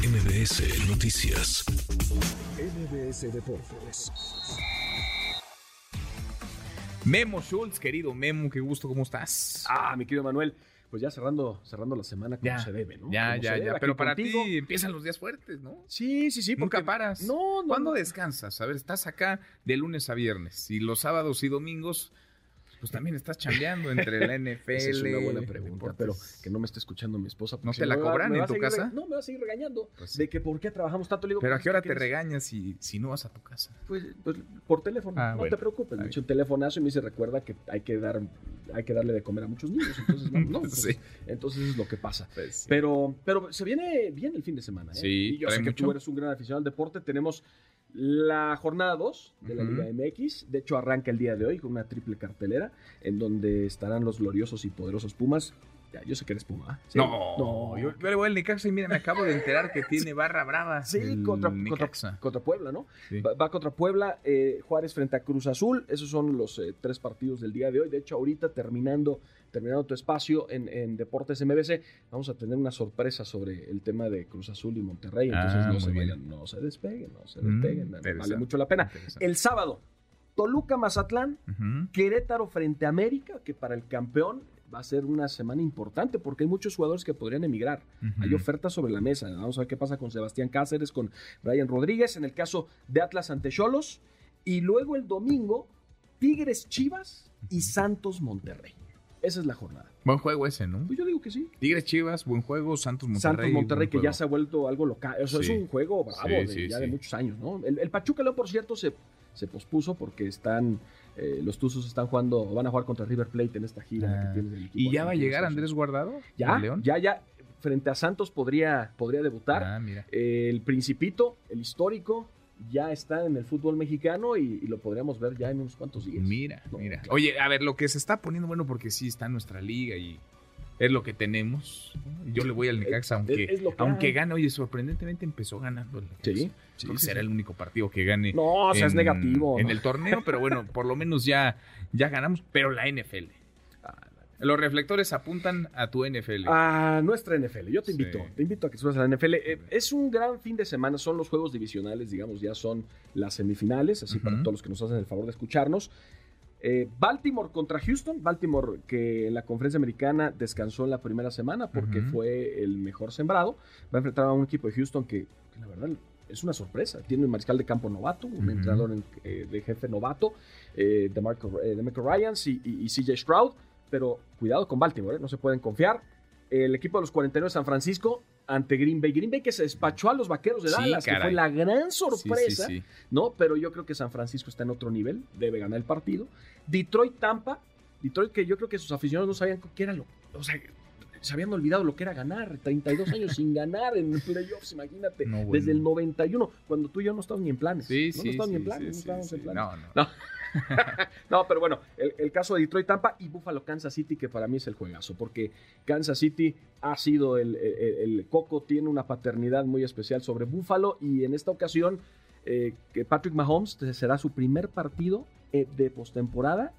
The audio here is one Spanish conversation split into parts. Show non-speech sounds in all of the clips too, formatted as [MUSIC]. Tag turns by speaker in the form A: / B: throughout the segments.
A: MBS Noticias.
B: MBS Deportes.
C: Memo Schultz, querido Memo, qué gusto, ¿cómo estás?
D: Ah, mi querido Manuel, pues ya cerrando, cerrando la semana como
C: Ya,
D: se debe, ¿no?
C: Ya,
D: Como
C: ya,
D: se debe
C: ya.
D: aquí
C: Pero para
D: contigo.
C: ti empiezan los días fuertes, ¿no?
D: Sí, sí, sí.
C: Nunca
D: porque-
C: paras.
D: No, no.
C: ¿Cuándo
D: no.
C: descansas? A ver, estás acá de lunes a viernes y los sábados y domingos, pues también estás chambeando
D: [LAUGHS]
C: entre la NFL.
D: Esa es una buena pregunta,
C: deportes.
D: pero que no me esté escuchando mi esposa. porque
C: ¿No
D: si
C: te la
D: me va-
C: cobran
D: me va
C: en
D: a
C: tu
D: seguir re-
C: casa?
D: No, me va a seguir regañando
C: Pues sí.
D: de que por qué trabajamos tanto. Le digo,
C: Pero a qué hora te
D: crees?
C: regañas si, si no vas a tu casa?
D: Pues, pues, por teléfono,
C: Ah,
D: no
C: bueno,
D: te preocupes.
C: está
D: Me eché un telefonazo y me dice, recuerda que hay que dar, hay que darle de comer a muchos niños. Entonces, no,
C: [LAUGHS]
D: no,
C: Sí.
D: entonces, entonces es lo que pasa.
C: Pues,
D: Pero, pero se viene bien el fin de semana. ¿eh?
C: Sí,
D: y yo
C: trae
D: sé que
C: mucho.
D: tú eres un gran aficionado al deporte. Tenemos la jornada 2 de la
C: Ujú.
D: Liga MX. De hecho, arranca el día de hoy con una triple cartelera en donde estarán los gloriosos y poderosos Pumas. Ya, yo sé que eres Puma. ¿eh? Sí.
C: No,
D: no,
C: yo, yo le voy al Necaxa y mira, me acabo de enterar
D: [LAUGHS]
C: que tiene barra brava.
D: Sí,
C: el
D: contra, contra,
C: Necaxa.
D: contra Puebla, ¿no?
C: Sí.
D: Va, va contra Puebla, eh, Juárez frente a Cruz Azul. Esos son los eh, tres partidos del día de hoy. De hecho, ahorita terminando, terminando tu espacio en, en Deportes MBC, vamos a tener una sorpresa sobre el tema de Cruz Azul y Monterrey. Entonces,
C: Ah,
D: no,
C: muy
D: se
C: bien.
D: vayan, no se despeguen, no se
C: Mm,
D: despeguen. vale
C: interesante.
D: mucho la pena.
C: Interesante.
D: El sábado, Toluca Mazatlán,
C: Ujú.
D: Querétaro frente a América, que para el campeón va a ser una semana importante porque hay muchos jugadores que podrían emigrar. Hay
C: Ujú.
D: ofertas sobre la mesa. Vamos a ver qué pasa con Sebastián Cáceres, con Brian Rodríguez, en el caso de Atlas ante Cholos. Y luego el domingo, Tigres Chivas y Santos Monterrey. Esa es la jornada.
C: Buen juego ese, ¿no?
D: Pues yo digo que sí.
C: Tigres Chivas, buen juego. Santos Monterrey.
D: Santos Monterrey,
C: buen
D: que ya
C: juego.
D: se ha vuelto algo local. O sea,
C: Sí.
D: Es un juego bravo
C: Sí,
D: de-
C: sí,
D: ya de
C: sí.
D: muchos años, ¿no? El, el Pachuca León, por cierto, se, se pospuso porque están. eh, los Tuzos están jugando, van a jugar contra River Plate en esta gira
C: Ah.
D: que tiene el equipo
C: ¿Y ya va a
D: argentino,
C: llegar
D: Santos.
C: Andrés Guardado?
D: Ya,
C: de León?
D: ya, ya. Frente a Santos podría, podría debutar.
C: Ah, mira.
D: El Principito, el histórico, ya está en el fútbol mexicano y, y lo podríamos ver ya en unos cuantos días.
C: Mira,
D: No,
C: mira.
D: claro.
C: Oye, a ver, lo que se está poniendo bueno porque sí está nuestra liga y es lo que tenemos. Yo le voy al Necaxa, aunque,
D: es lo que
C: aunque
D: hay.
C: gane. Oye, sorprendentemente empezó ganando el Necaxa.
D: Sí, sí,
C: pues, Creo que
D: sí,
C: será
D: sí.
C: el único partido que gane.
D: No, o sea, es
C: en-
D: negativo.
C: En
D: ¿no?
C: el torneo, pero bueno, por lo menos ya, ya ganamos. Pero la NFL.
D: Ah,
C: Los reflectores apuntan a tu NFL.
D: A nuestra NFL, yo te
C: Sí.
D: invito, te invito a que subas a la NFL. Eh, es un gran fin de semana, son los juegos divisionales, digamos, ya son las semifinales, así para
C: Ujú.
D: todos los que nos hacen el favor de escucharnos. Eh, Baltimore contra Houston, Baltimore que en la conferencia americana descansó en la primera semana porque
C: Ujú.
D: fue el mejor sembrado, va a enfrentar a un equipo de Houston que, que la verdad es una sorpresa, tiene un mariscal de campo novato, un
C: Ujú.
D: entrenador en- eh, de jefe novato, eh, de Marco eh, de Michael Ryans y, y- y CJ Stroud, pero cuidado con Baltimore, ¿eh? no se pueden confiar. El equipo de los 49 de San Francisco ante Green Bay. Green Bay que se despachó a los vaqueros de
C: Sí,
D: Dallas, que
C: caray.
D: fue la gran
C: Sí,
D: sorpresa,
C: sí, sí.
D: ¿no? Pero yo creo que San Francisco está en otro nivel, debe ganar el partido. Detroit Tampa, Detroit que yo creo que sus aficionados no sabían qué era lo, o sea, se habían olvidado lo que era ganar, 32 años sin ganar en playoffs, imagínate,
C: No, bueno.
D: desde el 91, cuando tú y yo no estábamos ni en planes.
C: Sí,
D: no,
C: sí,
D: no estábamos ni en
C: sí,
D: planes,
C: sí,
D: no
C: sí,
D: estábamos
C: sí.
D: en planes.
C: No, no.
D: No. No, pero bueno, el, el caso de Detroit Tampa y Buffalo Kansas City, que para mí es el juegazo, porque Kansas City ha sido el, el- el coco, tiene una paternidad muy especial sobre Buffalo y en esta ocasión eh, que Patrick Mahomes te- será su primer partido eh, de postemporada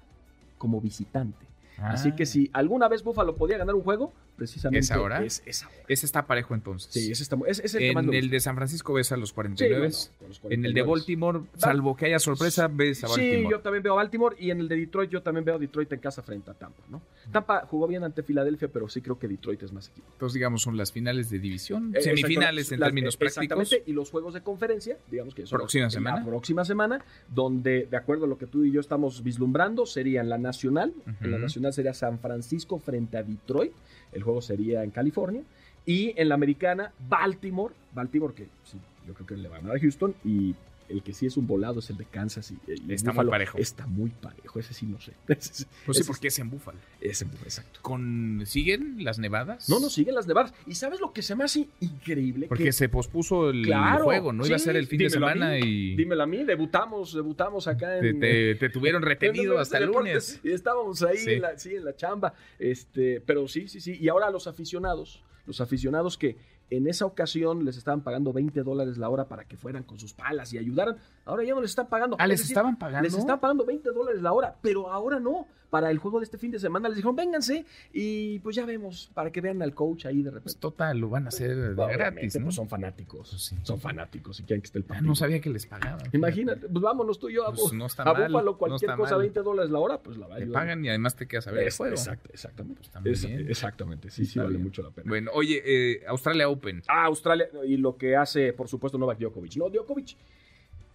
D: como visitante. Así
C: Ah.
D: que si alguna vez Buffalo podía ganar un juego, precisamente
C: ¿Es ahora?
D: Es, es ahora.
C: Ese está parejo entonces.
D: Sí, ese está mu- es, es el que más
C: en
D: me
C: el
D: gusta.
C: de San Francisco ves a los
D: Sí, no,
C: 49.
D: no, con los
C: En el de
D: 49ers.
C: Baltimore, salvo que haya sorpresa, ves a
D: Sí,
C: Baltimore.
D: yo también veo a Baltimore y en el de Detroit yo también veo a Detroit en casa frente a Tampa, ¿no? Tampa jugó bien ante Filadelfia, pero sí creo que Detroit es más equipo.
C: Entonces, digamos, son las finales de división,
D: Eh,
C: semifinales
D: exacto,
C: en
D: las-
C: términos
D: eh,
C: prácticos.
D: Exactamente, y los juegos de conferencia, digamos que son
C: Próxima
D: en
C: semana.
D: la próxima semana, donde de acuerdo a lo que tú y yo estamos vislumbrando, sería en la Nacional, en la
C: Ujú.
D: Nacional sería San Francisco frente a Detroit, el juego sería en California, y en la Americana Baltimore, Baltimore que sí, yo creo que le va a ganar a Houston y el que sí es un volado es el de Kansas y, y
C: Está muy
D: Buffalo.
C: parejo.
D: Está muy parejo, ese sí no sé. [LAUGHS] Ese sí-
C: No sé
D: ese
C: por qué es en Búfalo.
D: es en- exacto.
C: Con, ¿Siguen las nevadas?
D: No, no, siguen las nevadas. ¿Y sabes lo que se me hace increíble?
C: Porque
D: Que-
C: se pospuso el
D: Claro,
C: juego, ¿no? Iba a
D: sí,
C: ser el fin de
D: dímelo a
C: semana
D: mí,
C: y
D: Dímelo a mí, debutamos, debutamos acá
C: te,
D: en...
C: te- te tuvieron retenido
D: en
C: hasta el
D: Deportes,
C: lunes.
D: Y estábamos ahí,
C: Sí.
D: en la, sí, en la chamba. Este, pero sí, sí, sí. Y ahora los aficionados, los aficionados que En esa ocasión les estaban pagando 20 dólares la hora para que fueran con sus palas y ayudaran. Ahora ya no les están pagando.
C: Ah,
D: Es
C: les
D: decir,
C: estaban pagando.
D: les están pagando 20 dólares la hora, pero ahora no. Para el juego de este fin de semana les dijeron, vénganse y pues ya vemos, para que vean al coach ahí de
C: Pues
D: repente.
C: total, lo van a hacer de gratis,
D: Obviamente,
C: ¿no?
D: pues, son fanáticos,
C: Pues sí.
D: son fanáticos y quieren que esté el
C: Ah,
D: partido.
C: no sabía que les pagaban. fíjate.
D: Imagínate, pues vámonos tú y yo a,
C: Pues no está
D: a
C: mal,
D: Búfalo,
C: no
D: cualquier
C: está
D: cosa,
C: mal.
D: 20 dólares la hora, pues la va a
C: Te
D: ayudar.
C: pagan y además te quedas a ver el
D: Es-
C: juego.
D: exact- exactamente.
C: Pues, está muy
D: Esa-
C: bien.
D: Exactamente, sí, sí
C: Está
D: vale
C: bien.
D: mucho la pena.
C: Bueno, oye, eh, Australia Open.
D: Ah, Australia y lo que hace, por supuesto, Novak Djokovic. No, Djokovic,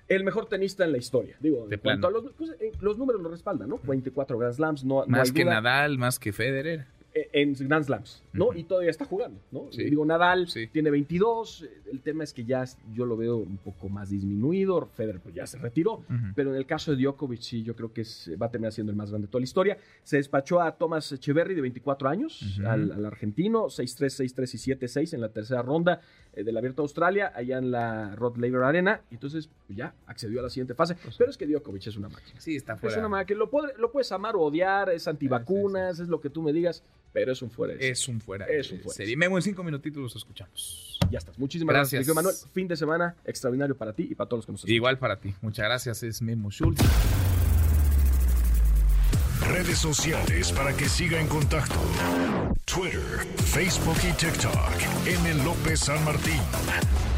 D: el mejor tenista en la historia. Digo,
C: De
D: en cuanto a
C: plano.
D: los, pues, eh, los números lo respaldan, ¿no? 24 Grand Slams, no, no
C: Más
D: hay
C: que
D: duda,
C: Nadal, más que Federer.
D: eh, En Grand Slams, ¿no?
C: Ujú.
D: Y todavía está jugando, ¿no?
C: Sí.
D: Digo, Nadal
C: Sí.
D: tiene 22. eh, El tema es que ya es- yo lo veo un poco más disminuido. Federer, pues ya se retiró.
C: Ujú.
D: Pero en el caso de Djokovic, sí, yo creo que es- va a terminar siendo el más grande de toda la historia. Se despachó a Thomas Echeverry, de 24 años,
C: Ujú.
D: al, al argentino, 6-3, 6-3 y 7-6 en la tercera ronda eh, del Abierto de Australia, allá en la Rod Laver Arena. Y entonces pues, ya accedió a la siguiente fase.
C: Pues sí.
D: Pero es que Djokovic es una máquina.
C: Sí, está
D: Es
C: fuera.
D: una máquina. Lo, pod- lo puedes amar o odiar, es antivacunas, es lo que tú me digas, pero es un fuera. de
C: Es un fuera.
D: Es
C: de
D: un fuera.
C: serie. Memo, en cinco minutitos los escuchamos.
D: serie. Ya estás. Muchísimas gracias,
C: Gracias.
D: Miguel Manuel. Fin de semana extraordinario para ti y para todos los que nos escuchan.
C: Igual para ti. Muchas gracias. Es Memo Schultz.
A: Redes sociales para que siga en contacto. Twitter, Facebook y TikTok. M. López San Martín.